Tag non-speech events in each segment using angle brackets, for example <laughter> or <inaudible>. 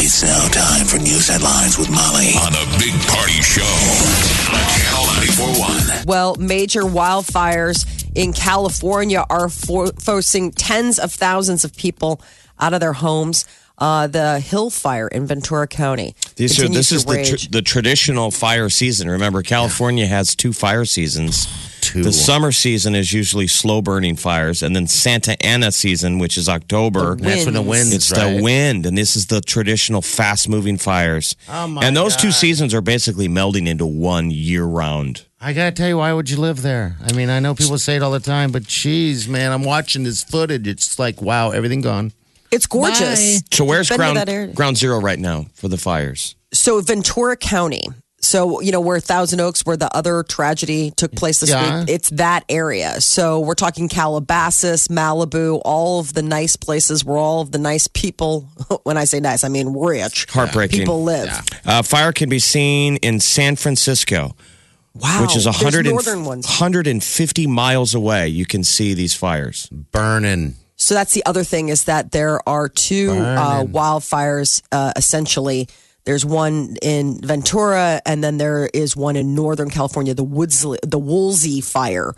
It's now time for news headlines with Molly on a big party show on Channel 941. Well, major wildfires in California are for- forcing tens of thousands of people out of their homes. Uh, the Hill Fire in Ventura County. These are, continues this to is the, rage. tr- the traditional fire season. Remember, California has two fire seasons. Two. The summer season is usually slow burning fires, and then Santa Ana season, which is October. The That's when the winds. It's the wind, and this is the traditional fast moving fires. Oh, my and those two God. seasons are basically melding into one year round. I gotta tell you, why would you live there? I mean, I know people say it all the time, but geez, man, I'm watching this footage. It's like, wow, everything gone. it's gorgeous. So, where's Been to ground, that area. ground zero right now for the fires? so Ventura County. So, you know, where Thousand Oaks, where the other tragedy took place this Yeah. week, it's that area. So, we're talking Calabasas, Malibu, all of the nice places where all of the nice people, <laughs> when I say nice, I mean rich Heartbreaking. people live. Uh, fire can be seen in San Francisco. Wow. which is There's 100 and, northern ones. 150 miles away. You can see these fires. Burning. So that's the other thing is that there are two uh, wildfires uh, essentially. There's one in Ventura, and then there is one in Northern California, the Woods, the Woolsey fire.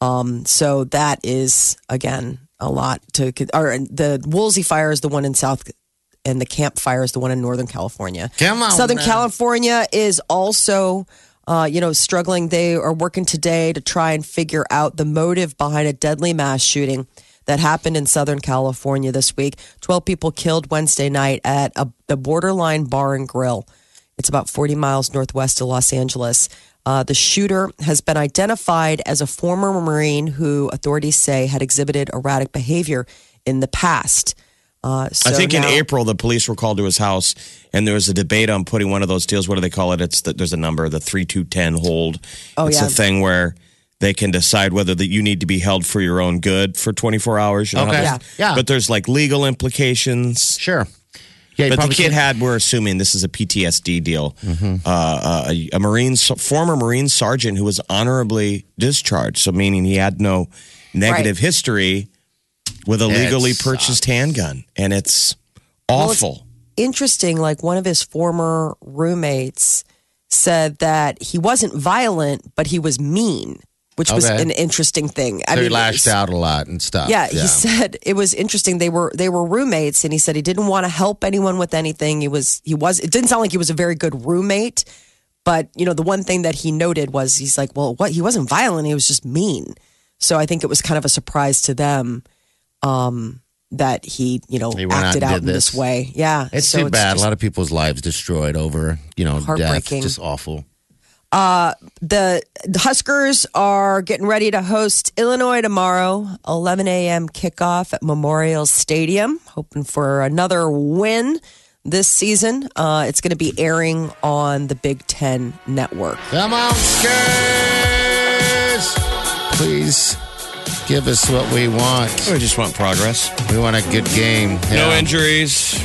Um, so that is again a lot to. Or the Woolsey fire is the one in South, and the Camp fire is the one in Northern California. Come on, Southern man. California is also, uh, you know, struggling. They are working today to try and figure out the motive behind a deadly mass shooting that happened in Southern California this week. Twelve people killed Wednesday night at a, the borderline bar and grill. It's about 40 miles northwest of Los Angeles. Uh, the shooter has been identified as a former Marine who authorities say had exhibited erratic behavior in the past. Uh, so I think in now- April the police were called to his house, and there was a debate on putting one of those deals. What do they call it? It's the, there's a number, the three two ten hold. Oh, it's yeah. a thing where they can decide whether that you need to be held for your own good for 24 hours. You know how Okay. there's- Yeah. Yeah. But there's like legal implications. Sure. Yeah, you But the probably kid can't- had, we're assuming this is a PTSD deal. Uh, a, a Marine, former Marine sergeant who was honorably discharged, so meaning he had no negative history with a It legally sucks. purchased handgun, and it's awful. interesting like one of his former roommates said that he wasn't violent but he was mean which was Okay. an interesting thing So he lashed it's- out a lot and stuff. yeah, he said it was interesting. They were they were roommates, and he said he didn't want to help anyone with anything. He was he was. It didn't sound like he was a very good roommate, but you know the one thing that he noted was he's like, well, what he wasn't violent. He was just mean. So I think it was kind of a surprise to them um, that he you know He went out acted and out did in this this. way. Yeah, It's so too bad. just- a lot of people's lives destroyed over, you know, death. Heartbreaking. Just awful. Uh, the, the Huskers are getting ready to host Illinois tomorrow, 11 a.m. kickoff at Memorial Stadium, hoping for another win this season. Uh, it's going to be airing on the Big Ten Network. Come on, Skis! Please give us what we want. We just want progress. We want a good game. No Yeah. injuries.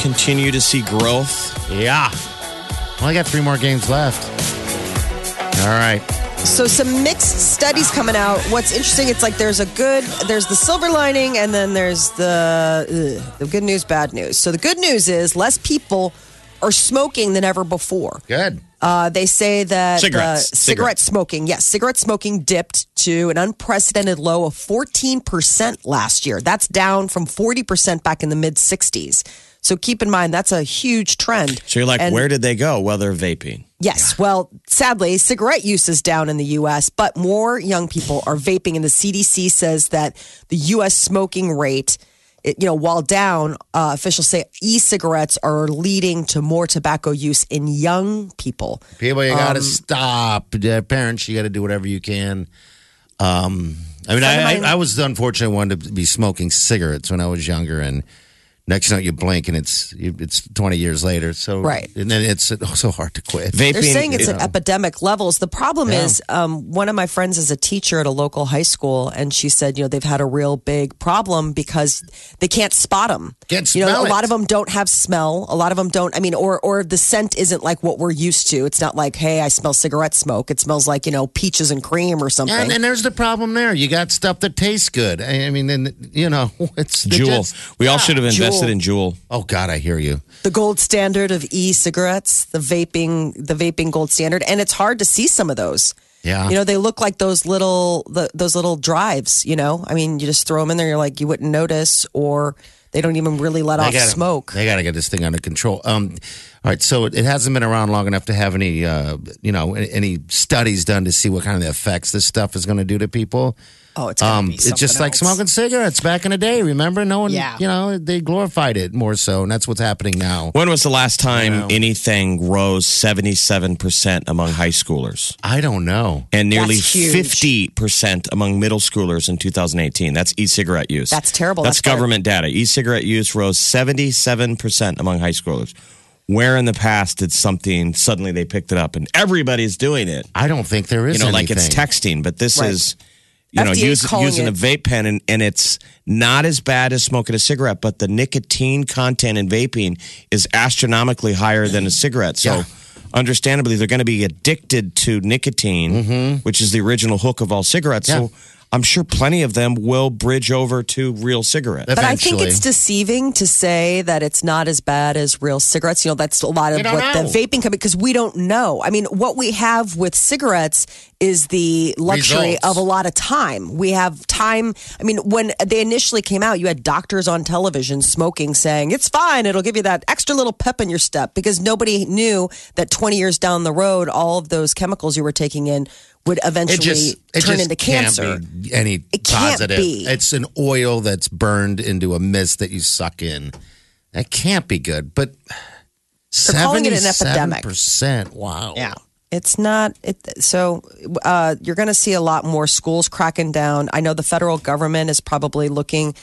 Continue to see growth. Yeah. Well, I got three more games left. All right. So some mixed studies coming out. What's interesting, it's like there's a good, there's the silver lining, and then there's the ugh, the good news, bad news. So the good news is less people are smoking than ever before. Good. Uh, they say that Cigarettes. uh, cigarette smoking, yes, cigarette smoking dipped to an unprecedented low of 14% last year. That's down from 40% back in the mid 60s. So keep in mind, that's a huge trend. So you're like, And- where did they go? Well, they're vaping. Yes. Well, sadly, cigarette use is down in the U.S., but more young people are vaping, and the CDC says that the U.S. smoking rate, it- you know, while down, uh, officials say e-cigarettes are leading to more tobacco use in young people. People, you got to stop. Uh, Parents, you got to do whatever you can. Um, I mean, I, I, I was the unfortunate one to be smoking cigarettes when I was younger, and Next note, you blink and it's it's 20 years later. So Right. and then it's so hard to quit. Vaping. They're saying it's it- at epidemic levels. The problem Yeah. is, um, one of my friends is a teacher at a local high school, and she said, you know, they've had a real big problem because they can't spot them. Can't you know, smell a lot it. of them don't have smell. A lot of them don't. I mean, or or the scent isn't like what we're used to. It's not like, hey, I smell cigarette smoke. It smells like you know peaches and cream or something. And, and there's the problem there. You got stuff that tastes good. I, I mean, then you know <laughs> it's they Jewel. just- we all should have invested in Jewel. oh God, I hear you. the gold standard of e-cigarettes, the vaping, the vaping gold standard, and it's hard to see some of those. Yeah. you know they look like those little the, those little drives. You know, I mean, you just throw them in there, you're like you wouldn't notice, or they don't even really let off gotta, smoke. They got to get this thing under control. Um, all right, so it it hasn't been around long enough to have any, uh, you know, a- any studies done to see what kind of effects this stuff is going to do to people. oh, it's gotta Um, be it's just something like else. smoking cigarettes back in the day. Remember, no one, Yeah. you know, they glorified it more so, and that's what's happening now. When was the last time You know. anything rose 77% among high schoolers I don't know. and nearly That's huge. 50% among middle schoolers in 2018? That's e cigarette use. That's terrible. That's, That's better. government data. E cigarette use rose 77% among high schoolers. Where in the past did something suddenly they picked it up and everybody's doing it? I don't think there is. you know, like it's anything. texting, but this Right. is, you know, FDA is use, calling using a it- vape pen, and, and it's not as bad as smoking a cigarette, but the nicotine content in vaping is astronomically higher than a cigarette. So, Yeah. understandably, they're going to be addicted to nicotine, Mm-hmm. which is the original hook of all cigarettes. So, I'm sure plenty of them will bridge over to real cigarette. But I think Eventually. it's deceiving to say that it's not as bad as real cigarettes. You know, that's a lot of don't what the know. vaping company, because we don't know. I mean, what we have with cigarettes is the luxury Results. of a lot of time. We have time. I mean, when they initially came out, you had doctors on television smoking saying, it's fine, it'll give you that extra little pep in your step, because nobody knew that 20 years down the road, all of those chemicals you were taking in would eventually it just it turn just into can't cancer. Be any It can't positive? be. It's an oil that's burned into a mist that you suck in. That can't be good. But They're calling it an epidemic. Percent. Wow. Yeah. It's not it, so. Uh, you're going to see a lot more schools cracking down. I know the federal government is probably looking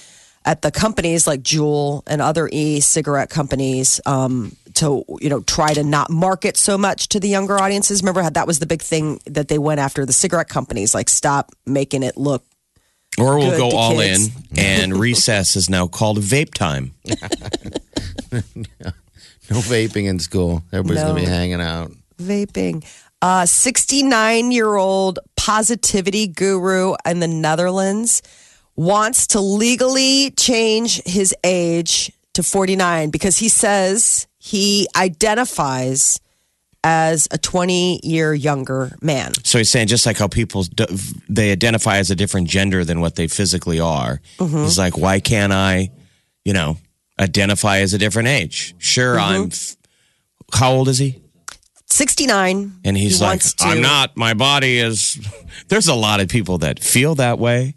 at the companies like Juul and other e-cigarette companies um, to you know try to not market so much to the younger audiences. Remember how that was the big thing that they went after the cigarette companies, like stop making it look or we'll Good go to all kids. in, and <laughs> recess is now called vape time. No vaping in school. Everybody's gonna be No. hanging out. vaping. Uh, 69 year old positivity guru in the Netherlands wants to legally change his age to 49 because he says he identifies as a 20 year younger man. So he's saying just like how people d- they identify as a different gender than what they physically are. Mm-hmm. He's like, why can't I, you know, identify as a different age? Sure, Mm-hmm. I'm. F- how old is he? 69. And he's he like, wants to, I'm not. My body is. <laughs> There's a lot of people that feel that way.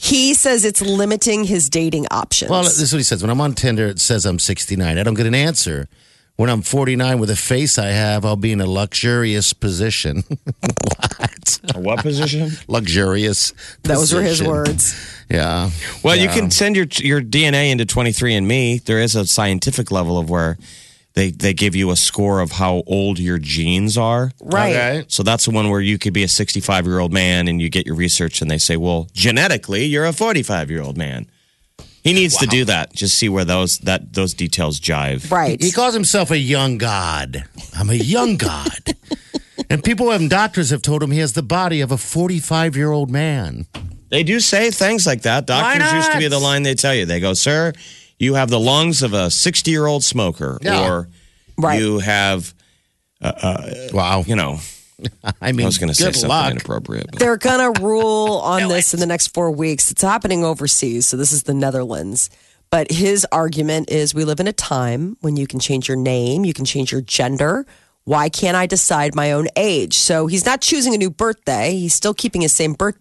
He says it's limiting his dating options. Well, this is what he says. When I'm on Tinder, it says I'm 69. I don't get an answer. When I'm 49 with a face I have, I'll be in a luxurious position. <laughs> what? <laughs> What position? Luxurious. Those were his position. words. Yeah. <laughs> Well, you can send your your DNA into 23andMe. There is a scientific level of where they they give you a score of how old your genes are. Right. Okay. So that's the one where you could be a 65 year old man and you get your research and they say, well, genetically, you're a 45 year old man. He needs to do that. Just see where those that those details jive. Right. He calls himself a young god. I'm a <laughs> young god. and people and doctors have told him he has the body of a 45 year old man. They do say things like that. Why Doctors used to not? be the line they tell you. They go, sir, you have the lungs of a 60 year old smoker, Yeah. or Right. you have, Wow. you know, I mean, I was going to say good something luck. inappropriate. but- They're going to rule on this in the next four weeks. It's happening overseas. So this is the Netherlands. But his argument is we live in a time when you can change your name, you can change your gender. Why can't I decide my own age? So he's not choosing a new birthday. He's still keeping his same birth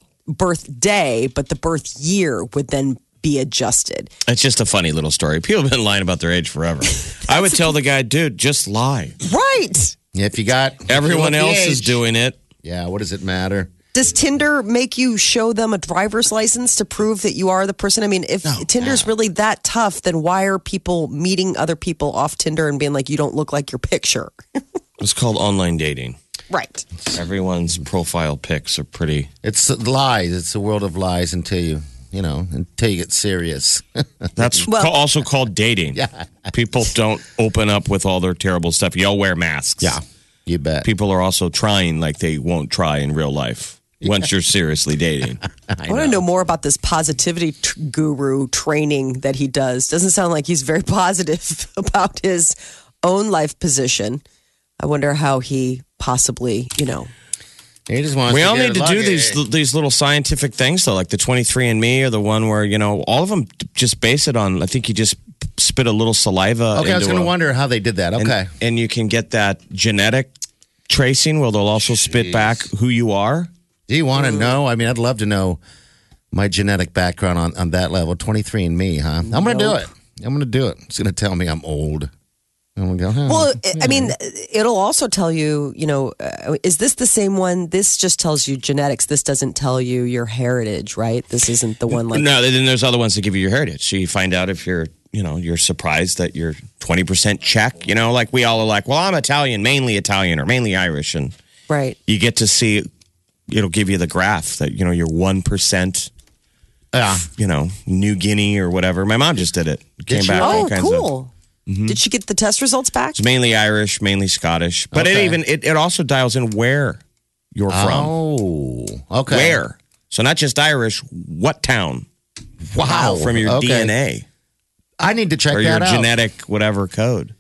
birthday, but the birth year would then be adjusted. It's just a funny little story. People have been lying about their age <laughs> forever. I would tell the guy, dude, just lie. Right. If you got if you Everyone look the else is age- doing it. Yeah. What does it matter? Does Tinder make you show them a driver's license to prove that you are the person? I mean, if Tinder's really that tough, then why are people meeting other people off Tinder and being like, you don't look like your picture? <laughs> It's called online dating. right. Everyone's profile pics are pretty. It's lies. It's a world of lies until you, you know, until you get serious. <laughs> That's Well- ca- also called dating. Yeah. People don't open up with all their terrible stuff. Y'all wear masks. you bet. People are also trying like they won't try in real life once you're seriously <laughs> dating. I, want to know more about this positivity tr guru training that he does. Doesn't sound like he's very <laughs> positive about his own life position. I wonder how he possibly, you know, He just wants we to all get need to do lucky. these these little scientific things though, like the 23andMe or the one where you know all of them just base it on. I think you just spit a little saliva. Okay, I was into going to a- wonder how they did that. and- Okay. and, you can get that genetic tracing where they'll also spit back who you are. Do you want to Mm. know? I mean, I'd love to know my genetic background on, on that level. 23andMe, huh? I'm going to do it. I'm going to do it. It's going to tell me I'm old. I'm going to go, Mm-hmm. huh. Well, I- I mean, it'll also tell you, you know, uh, is this the same one? This just tells you genetics. This doesn't tell you your heritage, right? This isn't the one like. no, then there's other ones that give you your heritage. So you find out if you're, you know, you're surprised that you're 20% Czech. You know, like we all are like, well, I'm Italian, mainly Italian or mainly Irish. And Right. you get to see, it'll give you the graph that, you know, you're 1%, yeah. you know, New Guinea or whatever. My mom just did it. It Came she? back Oh, all kinds of. cool. Did she get the test results back? Mm-hmm. It's mainly Irish, mainly Scottish. But it Okay. even, it, it also dials in where you're uh, from. Oh, okay. Where. So not just Irish, what town? Wow. From your Okay. DNA. I need to check or your that out. genetic whatever code.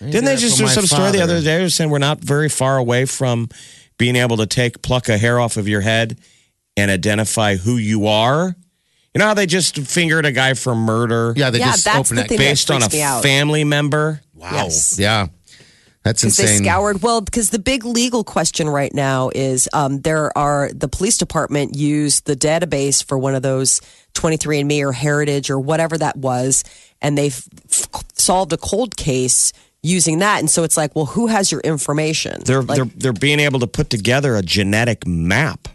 Didn't that they just for do my some story the father. other day saying we're not very far away from being able to take pluck a hair off of your head and identify who you are? You know how they just fingered a guy for murder Yeah, they Yeah, just that's open the that. thing that based on a freaks me out. family member? Wow. Yes. Yeah. That's Because they insane. scoured. Well, because the big legal question right now is um, there are the police department used the database for one of those 23andMe or Heritage or whatever that was, and they've f- solved a cold case using that. And so it's like, well, who has your information? They're Like, they're they're being able to put together a genetic map.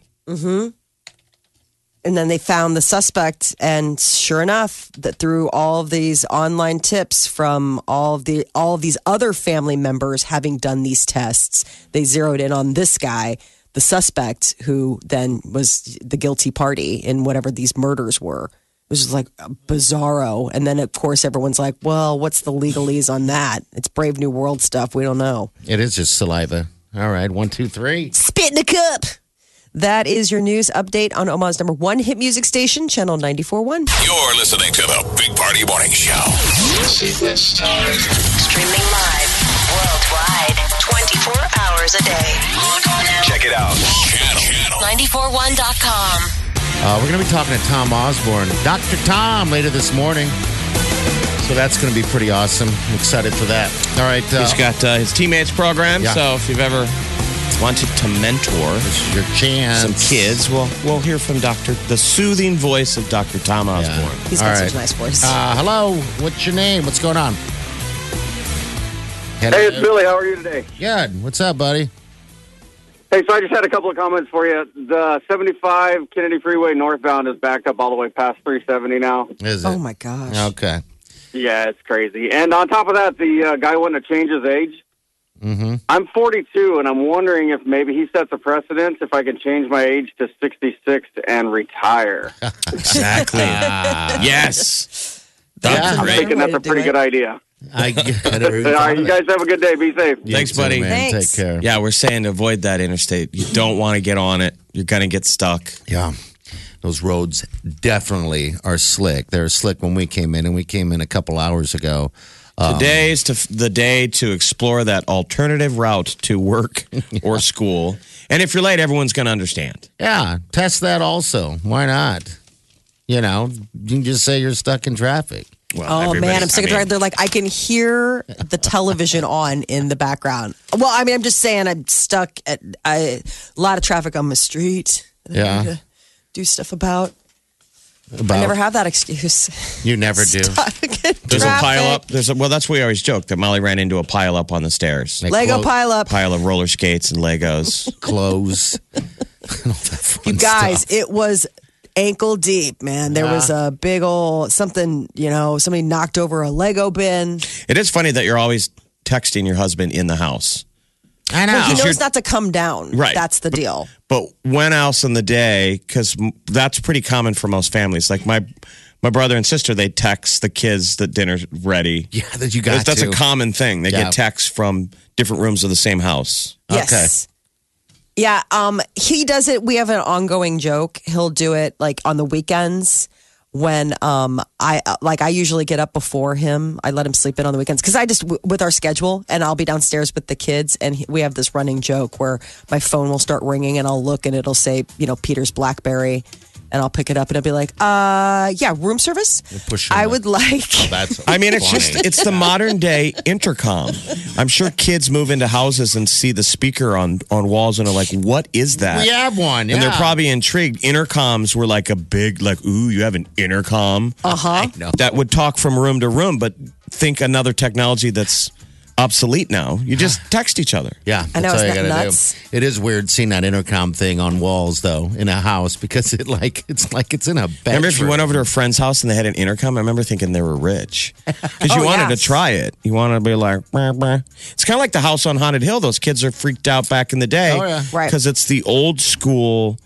and then they found the suspect, and sure enough, that through all of these online tips from all of the all of these other family members having done these tests, they zeroed in on this guy, the suspect, who then was the guilty party in whatever these murders were. It was just like bizarro. And then of course everyone's like, "Well, what's the legalese on that? It's Brave New World stuff. We don't know." It is just saliva. All right. One, two, three. Spit in a cup. That is your news update on Omaha's number one hit music station, Channel 94.1. You're listening to the Big Party Morning Show. Sequence time. Streaming live worldwide 24 hours a day. Check it out. Channel. Channel. 941.com. Uh, we're going to be talking to Tom Osborne, Dr. Tom, later this morning. So that's going to be pretty awesome. I'm excited for that. All right. Uh, He's got uh, his teammates program, Yeah. so if you've ever wanted to mentor it's your chance. some kids, we'll we'll hear from Doctor the soothing voice of Doctor Tom Osborne. He's All got right. such a nice voice. Uh, hello. What's your name? What's going on? Hello. Hey, it's Billy. How are you today? Good. What's up, buddy? Hey, so I just had a couple of comments for you. The 75 Kennedy Freeway northbound is backed up all the way past 370 now. Is it? oh my gosh. Okay. Yeah, it's crazy. And on top of that, the uh, guy wanted to change his age. Mm-hmm. I'm 42, and I'm wondering if maybe he sets a precedent if I can change my age to 66 and <laughs> retire. Exactly. <laughs> yes. That's Yeah. I'm great. thinking that's Way to a do pretty it. good idea. I got All right, you guys have a good day. Be safe. Thanks, buddy. Man. Thanks. Take care. Yeah, we're saying avoid that interstate. You don't want to get on it. You're going to get stuck. Yeah. Those roads definitely are slick. They were slick when we came in, and we came in a couple hours ago. Um, Today's to the day to explore that alternative route to <laughs> work or school. And if you're late, everyone's going to understand. Yeah, test that also. Why not? You know, you can just say you're stuck in traffic. Well, Oh man, I'm sick of I driving. They're like, I can hear the television on in the background. Well, I mean, I'm just saying, I'm stuck at I, a lot of traffic on the street. that I Yeah. need to Do stuff about. About, I never have that excuse. <laughs> you never do. Stuck in There's a traffic. pile up. There's a, well, that's what we always joke that Molly ran into a pile up on the stairs. They Lego clo- pile up. <laughs> <laughs> pile of roller skates and Legos. Close. That fun You guys, stuff. it was ankle deep, man. There was a big old something, you know, somebody knocked over a Lego bin. It is funny that you're always texting your husband in the house. I know. He knows you're- not to come down. Right. That's the deal. But when else in the day? Because that's pretty common for most families. Like my my brother and sister, they text the kids that dinner's ready. yeah, <laughs> that you got. that's to. a common thing. They Yeah. get texts from different rooms of the same house. Yes. Yeah. Um, he does it. We have an ongoing joke. He'll do it like on the weekends when um I like I usually get up before him. I let him sleep in on the weekends because I just with our schedule and I'll be downstairs with the kids and he, we have this running joke where my phone will start ringing and I'll look and it'll say you know Peter's BlackBerry. And I'll pick it up and I'll be like, uh, yeah, room service. push him I up. would like. <laughs> That's I mean, it's funny. just it's the modern day intercom. I'm sure kids move into houses and see the speaker on on walls and are like, "What is that?" We have one, and they're yeah. probably intrigued. Intercoms were like a big, like, "Ooh, you have an intercom." Oh, Uh huh. no. that would talk from room to room, but think another technology that's obsolete now. <sighs> You just text each other. Yeah, I know, that's all isn't you that gotta nuts? do. It is weird seeing that intercom thing on walls though in a house because it like it's like it's in a bedroom. Remember, if you went over to a friend's house and they had an intercom, I remember thinking they were <laughs> rich because you Oh, wanted yeah. to try it. You wanted to be like, "Bah, bah." it's kind of like the house on Haunted Hill. Those kids are freaked out back in the day Oh, yeah. Right. because it's the old <laughs> school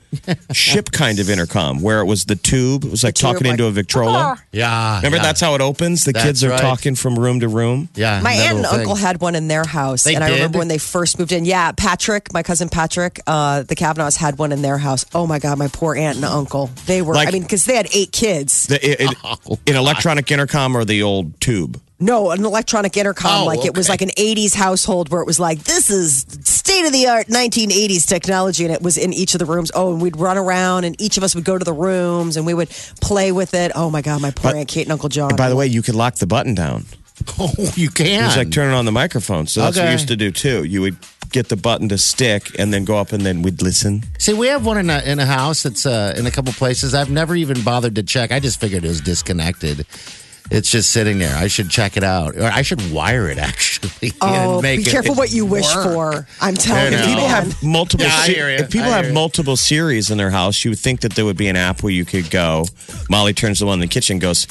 ship kind of intercom where it was the tube. It was like "Ah." talking into a Victrola. yeah, Remember, yeah. that's how it opens. The That's kids are right. talking from room to room. yeah. My that aunt and little uncle thing. had one in their house, They and I did? remember when they first moved in. Yeah, Patrick, my cousin Patrick, uh, the Kavanaughs had one in their house. Oh my God, my poor aunt and uncle. They were, Like- I mean, because they had eight kids. The, it, <laughs> it- Oh, an electronic intercom or the old tube. no, an electronic intercom. Oh, like it was like okay. an '80s household where it was like this is state of the art 1980s technology, and it was in each of the rooms. Oh, and we'd run around, and each of us would go to the rooms, and we would play with it. Oh my God, my poor But- aunt Kate and Uncle John. By the way, you could lock the button down. <laughs> Oh, you can. It was like turning on the microphone. So that's what we Okay. used to do too. You would get the button to stick and then go up and then we'd listen. See, we have one in a in a house that's uh, in a couple places. I've never even bothered to check. I just figured it was disconnected. It's just sitting there. I should check it out, or I should wire it <laughs> actually. Oh, and make be it careful what you wish work. for. I'm telling you, If People man. have multiple Oh. Yeah, I se- hear ya. if people I have hear ya. multiple series in their house, you would think that there would be an app where you could go. Molly turns the one in the kitchen and goes,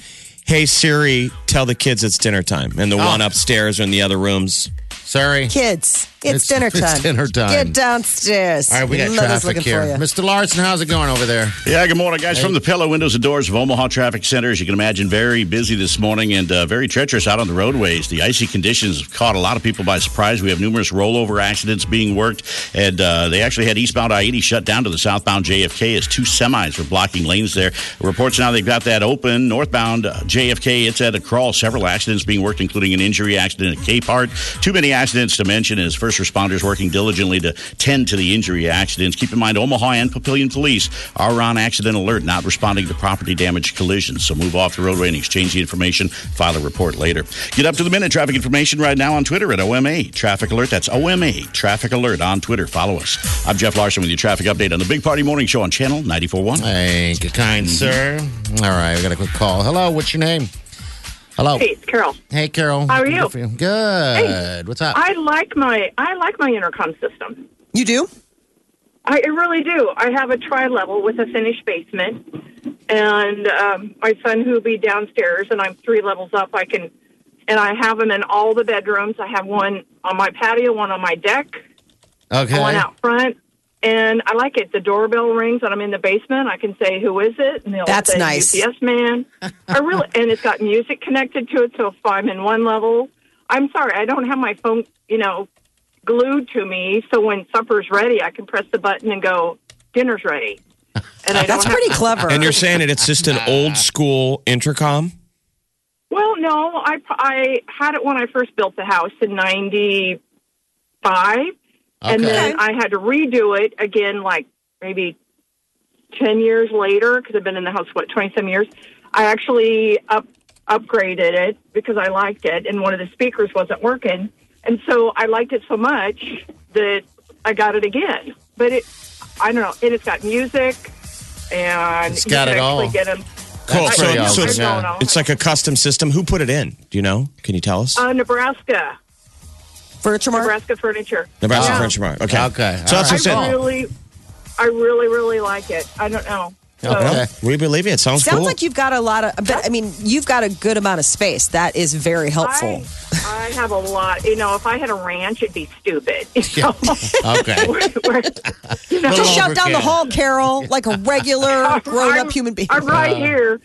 Hey Siri, tell the kids it's dinner time. And the Oh. one upstairs or in the other rooms. Sorry. Kids, it's, It's- dinner <laughs> it's time. dinner time. Get downstairs. All right, we got Mother's traffic looking here. for you. Mr. Larson, how's it going over there? Yeah, good morning, guys. From the Pillow Windows and Doors of Omaha Traffic Center, as you can imagine, very busy this morning and uh, very treacherous out on the roadways. The icy conditions have caught a lot of people by surprise. We have numerous rollover accidents being worked, and uh, they actually had eastbound I 80 shut down to the southbound JFK as two semis were blocking lanes there. Reports now they've got that open. Northbound uh, JFK, it's at a crawl. Several accidents being worked, including an injury accident at Cape Hart. Too many accidents to mention as first responders working diligently to tend to the injury accidents. Keep in mind, Omaha and Papillion Police are on accident alert, not responding to property damage collisions. So move off the roadway and exchange the information. File a report later. Get up to the minute traffic information right now on Twitter at OMA Traffic Alert. That's OMA Traffic Alert on Twitter. Follow us. I'm Jeff Larson with your traffic update on the Big Party Morning Show on Channel 941. Thank you, kind sir. Mm-hmm. All right, we got a quick call. Hello, what's your name? Hello. Hey, it's Carol. Hey, Carol. How are Good you? for Good. What's up? I like my I like my intercom system. You do? I I really do. I have a tri-level with a finished basement, and um, my son who'll be downstairs, and I'm three levels up. I can, and I have them in all the bedrooms. I have one on my patio, one on my deck, okay. one out front, and I like it. The doorbell rings, and I'm in the basement. I can say, "Who is it?" And they'll That's say, nice. UPS man. I really, and it's got music connected to it. So if I'm in one level, I'm sorry, I don't have my phone, you know, glued to me. So when supper's ready, I can press the button and go, "Dinner's ready." And I That's don't pretty have, clever. And you're saying that it's just <laughs> an old school intercom? Well, Oh, no, I I had it when I first built the house in '95, and uh, Okay. then I had to redo it again, like maybe ten years later, because I've been in the house what twenty some years. I actually up upgraded it because I liked it, and one of the speakers wasn't working, and so I liked it so much that I got it again. But it, I don't know, and it's got music, and It's you got can it all. actually Get 'em. Cool. That's So, pretty so awesome, it's, yeah. it's like a custom system. Who put it in? Do you know? Can you tell us? Uh, Nebraska. Furniture Mart? Nebraska Furniture. Nebraska Yeah. Furniture Mart. Okay. Okay. So that's what I I'm saying. really, I really, really like it. I don't know. So, Okay. We believe you. It sounds, Sounds cool. like you've got a lot of, but I mean, you've got a good amount of space. That is very helpful. I, I have a lot. You know, if I had a ranch, it'd be stupid. <laughs> You know? Okay. <laughs> We're- you know, Just shout down the overkill. hall, <laughs> Carol, like a regular grown <laughs> I'm- up human being. I'm right here,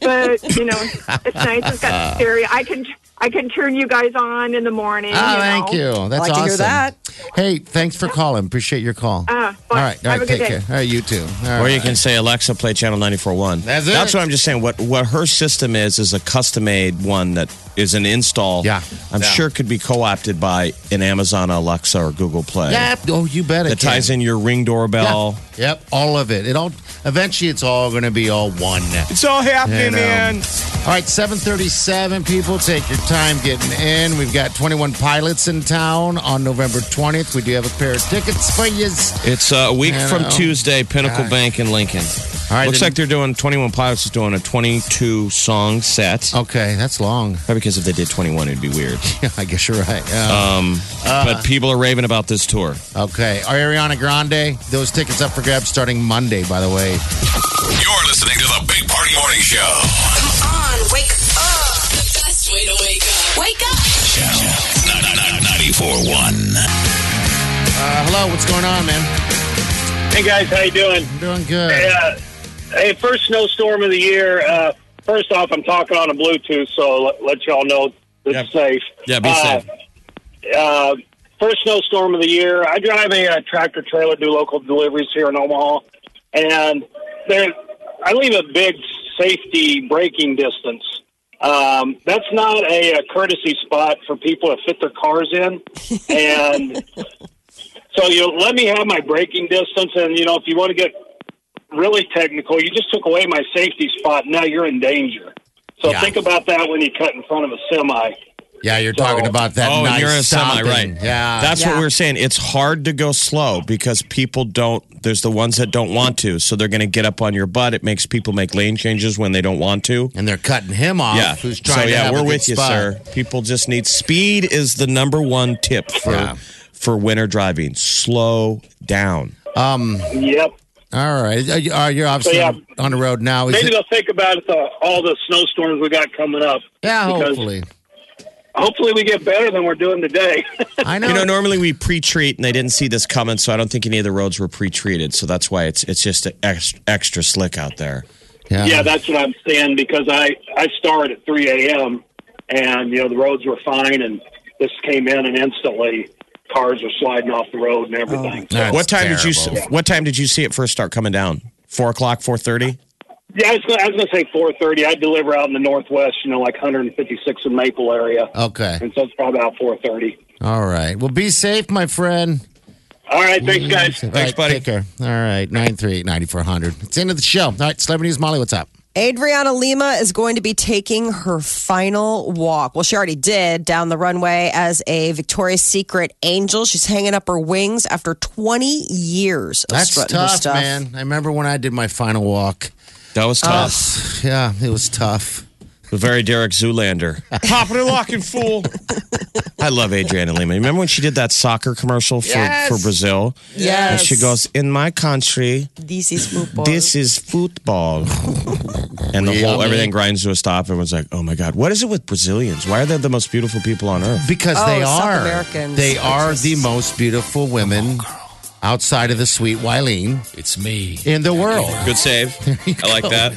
but you know, it's nice. <laughs> It's got stereo. I can I can turn you guys on in the morning. Ah, you thank know. you. That's like to awesome. hear that. Hey, thanks for calling. Appreciate your call. Ah, all bye. right, all right, Have a good take day. care. All right, you too. All or you right. can say Alexa, play channel 94.1. That's it. That's what I'm just saying. What what her system is is a custom made one that is an install. Yeah. I'm Yeah. sure could be co opted by an Amazon Alexa or Google Play. Yep. Oh, you bet it. That ties can. in your ring doorbell. Yeah. Yep, all of it. It all eventually it's all going to be all one. It's all happening, You know. All right, 737 people, take your time getting in. We've got 21 pilots in town on November 20th. We do have a pair of tickets for you. It's uh, a week You from know. Tuesday, Pinnacle Gosh. Bank in Lincoln. All right, Looks then- like they're doing 21 Pilots is doing a 22 song set. Okay, that's long. <laughs> Probably because if they did 21, it'd be weird. Yeah, I guess you're right. Yeah. Um, Uh. but people are raving about this tour. okay, Ariana Grande, those tickets up for grabs starting Monday, by the way. You're listening to the Big Party Morning Show. Come on, wake up. The best way to wake up. Wake up. Channel 94.1. Uh, hello, what's going on, man? Hey guys, how you doing? I'm doing good. Uh, hey, first snowstorm of the year. Uh, first off, I'm talking on a Bluetooth, so let, let y'all know it's Yep. safe. Yeah, be Uh, safe. Uh, first snowstorm of the year. I drive a, uh tractor trailer, do local deliveries here in Omaha, and there I leave a big safety braking distance. Um, that's not a, a courtesy spot for people to fit their cars in, and so you let me have my braking distance. And you know, if you want to get really technical, you just took away my safety spot. Now you're in danger. So Yeah. think about that when you cut in front of a semi. Yeah, you're talking about that oh, nice and you're a semi, stopping. right? Yeah. That's what Yeah. we were saying. It's hard to go slow because people don't. There's the ones that don't want to, so they're going to get up on your butt. It makes people make lane changes when they don't want to. and they're cutting him off. yeah. Who's so trying to yeah, have a we're good with you, spot. sir. People just need speed is the number one tip for Yeah. for winter driving. Slow down. Yep. Um, All right. Are you, are you obviously yeah. on the road now? Is Maybe it- they'll think about it, the, all the snowstorms we got coming up. yeah, because hopefully. Hopefully, we get better than we're doing today. <laughs> I know. You know, normally we pre-treat, and they didn't see this coming, so I don't think any of the roads were pre-treated. So that's why it's it's just ex- extra slick out there. yeah, that's what I'm saying because I I start at 3 a.m. and you know the roads were fine and this came in and instantly cars were sliding off the road and Oh, everything. That's what time did you terrible. s- What time did you see it first start coming down? Four o'clock, four thirty. Yeah, I was, gonna- I was going to say 4:30. I deliver out in the northwest, you know, like 156 in Maple area, Okay. and so it's probably about 4:30. All right. Well, be safe, my friend. All right, thanks guys. All right, buddy. Take care. All right. 938-9400. It's the end of the show. All right. Celebrity News Molly, what's up? Adriana Lima is going to be taking her final walk. Well, she already did down the runway as a Victoria's Secret angel. She's hanging up her wings after 20 years of That's strutting her tough, stuff. man. I remember when I did my final walk. That was tough. Yeah, it was tough. The very Derek Zoolander. <laughs> Popping and locking fool. I love Adriana Lima. Remember when she did that soccer commercial for, Yes. for Brazil? And Yes. she goes, In my country, This is football. this is <laughs> football. and the We- whole I mean- everything grinds to a stop. Everyone's like, Oh my God, what is it with Brazilians? Why are they the most beautiful people on earth? Because Oh, they South are. Americans. They are Just- the most beautiful women outside of the sweet Wileen It's me. in the world. Good save. <laughs> I like that.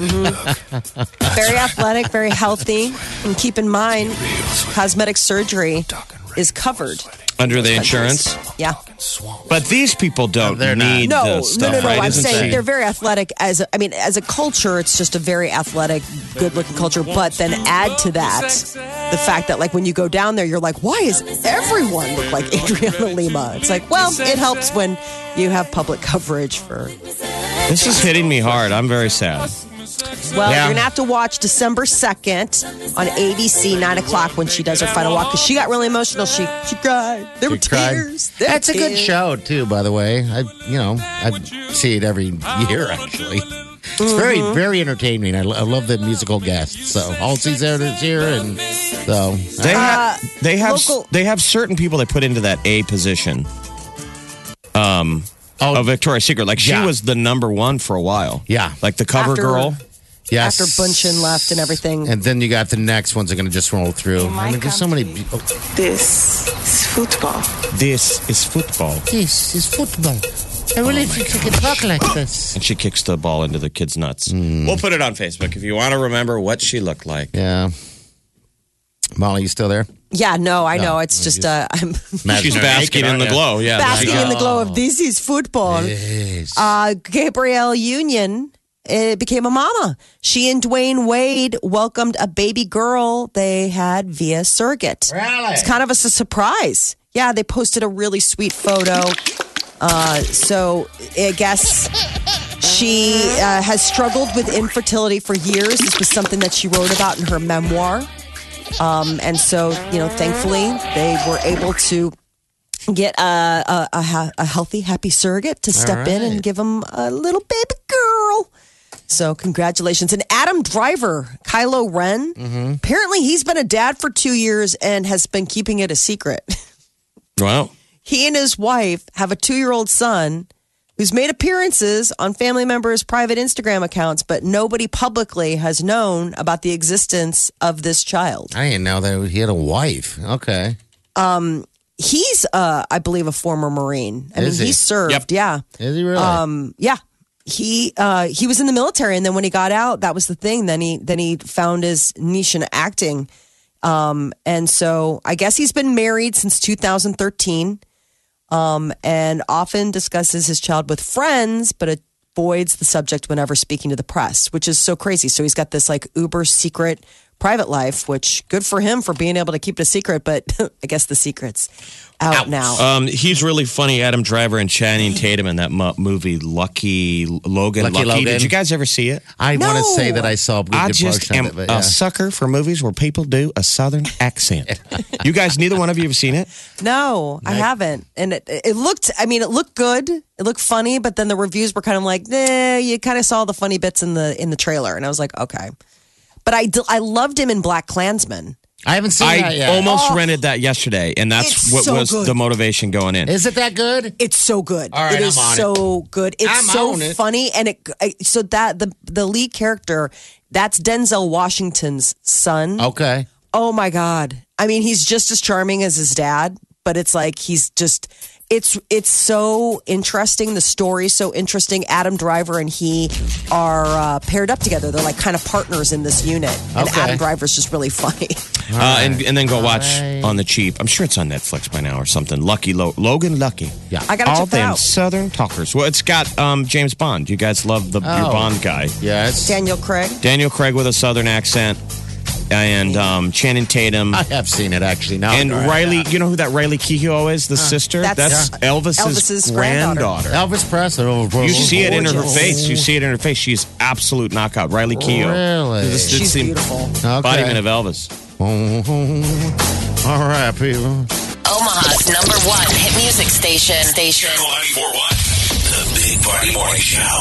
very athletic, very healthy. And keep in mind, cosmetic surgery is covered. Under the insurance. Yeah. But these people don't They're not. need No, the stuff, no, no, no. right? I'm Isn't saying she- they're very athletic. As a, I mean, as a culture, it's just a very athletic, good-looking culture. But then add to that the fact that, like, when you go down there, you're like, why is everyone look like Adriana Lima? It's like, well, it helps when you have public coverage for. This is hitting me hard. I'm very sad. Well, Yeah. you're gonna have to watch December second on ABC, nine o'clock when she does her final walk because she got really emotional. She she cried. There were She cried. tears. There were That's a good tears. show too, by the way. I, you know, I see it every year actually. It's very, Mm-hmm. very entertaining. I, lo- I love the musical guests. So Halsey's there this year, and so They have they have Uh, local- they have certain people they put into that A position. Um, Oh, Victoria's Secret. Like she was the number one for a while. Yeah. Like the cover After- girl. Yes. After Bunchen left and everything. And then you got the next ones that are going to just roll through. I mean, there's so many. be- oh. This is football. This is football. This is football. I Oh, really think you can talk like this. And she kicks the ball into the kid's nuts. Hmm. We'll put it on Facebook if you want to remember what she looked like. Yeah. Molly, you still there? Yeah, no, I No, know. It's just uh, <laughs> I'm She's basking in the glow. Yeah. basking in the glow of this is football. Uh, Gabrielle Union uh, became a mama. She and Dwayne Wade welcomed a baby girl they had via surrogate. Really? It's kind of a s- surprise. Yeah, they posted a really sweet photo. Uh, so I guess she uh, has struggled with infertility for years. This was something that she wrote about in her memoir. Um, and so, you know, thankfully they were able to get a, a, a, ha- a healthy, happy surrogate to step in and give him a little baby girl. So, congratulations. And Adam Driver, Kylo Ren, apparently he's been a dad for two years and has been keeping it a secret. <laughs> Wow. He and his wife have a two year old son who's made appearances on family members' private Instagram accounts, but nobody publicly has known about the existence of this child. I didn't know that he had a wife. Okay. Um, he's, uh, I believe, a former Marine. I Is mean, he? he served. Yep. Yeah. Is he really? Um, yeah. He uh, he was in the military, and then when he got out, that was the thing. Then he then he found his niche in acting, um, and so I guess he's been married since 2013, um, and often discusses his child with friends, but avoids the subject whenever speaking to the press, which is so crazy. So he's got this like uber secret private life, which good for him for being able to keep it a secret. But <laughs> I guess the secret's out now. Um, he's really funny, Adam Driver and Channing Tatum in that mo- movie Lucky Logan. Lucky Logan. Did you guys ever see it? I want to say that I saw a good I just portion am of it, but yeah. a sucker for movies where people do a <laughs> southern accent. you guys, neither one of you have seen it. No, I haven't. And it, it looked, I mean, it looked good. It looked funny, but then the reviews were kind of like, nah, you kind of saw the funny bits in the in the trailer, and I was like, okay. But I, d- I loved him in Black Klansman. I haven't seen I that yet. almost Oh. rented that yesterday, and that's It's what so was good. the motivation going in. Is it that good? It's so good. All right, it is I'm on it. so good. It's I'm so on it. funny, and it I- so that the the lead character that's Denzel Washington's son. Okay. Oh my god! I mean, he's just as charming as his dad, but it's like he's just it's it's so interesting. The story's so interesting. Adam Driver and he are uh, paired up together. They're like kind of partners in this unit, and Okay. Adam Driver's just really <laughs> funny. Uh, and, and then go watch on the cheap. I'm sure it's on Netflix by now or something. Lucky Lo- Logan Lucky. Yeah, I gotta all check that them out. Southern talkers. Well, it's got um, James Bond. You guys love the your Oh. Bond guy. Yes, Daniel Craig. Daniel Craig with a Southern accent, and um, Channing Tatum. I have seen it actually. Now and I'm- Riley, you know who that Riley Kehoe is, the sister. that's Elvis's, granddaughter. Elvis Presley. Oh, You see it in her gorgeous. face. You see it in her face. She's absolute knockout. Riley Keough. Really? This- this She's the beautiful. Okay. Embodiment of Elvis. Oh, <laughs> all right, people. Omaha's number one hit music station. Station. The Big Party Morning Show.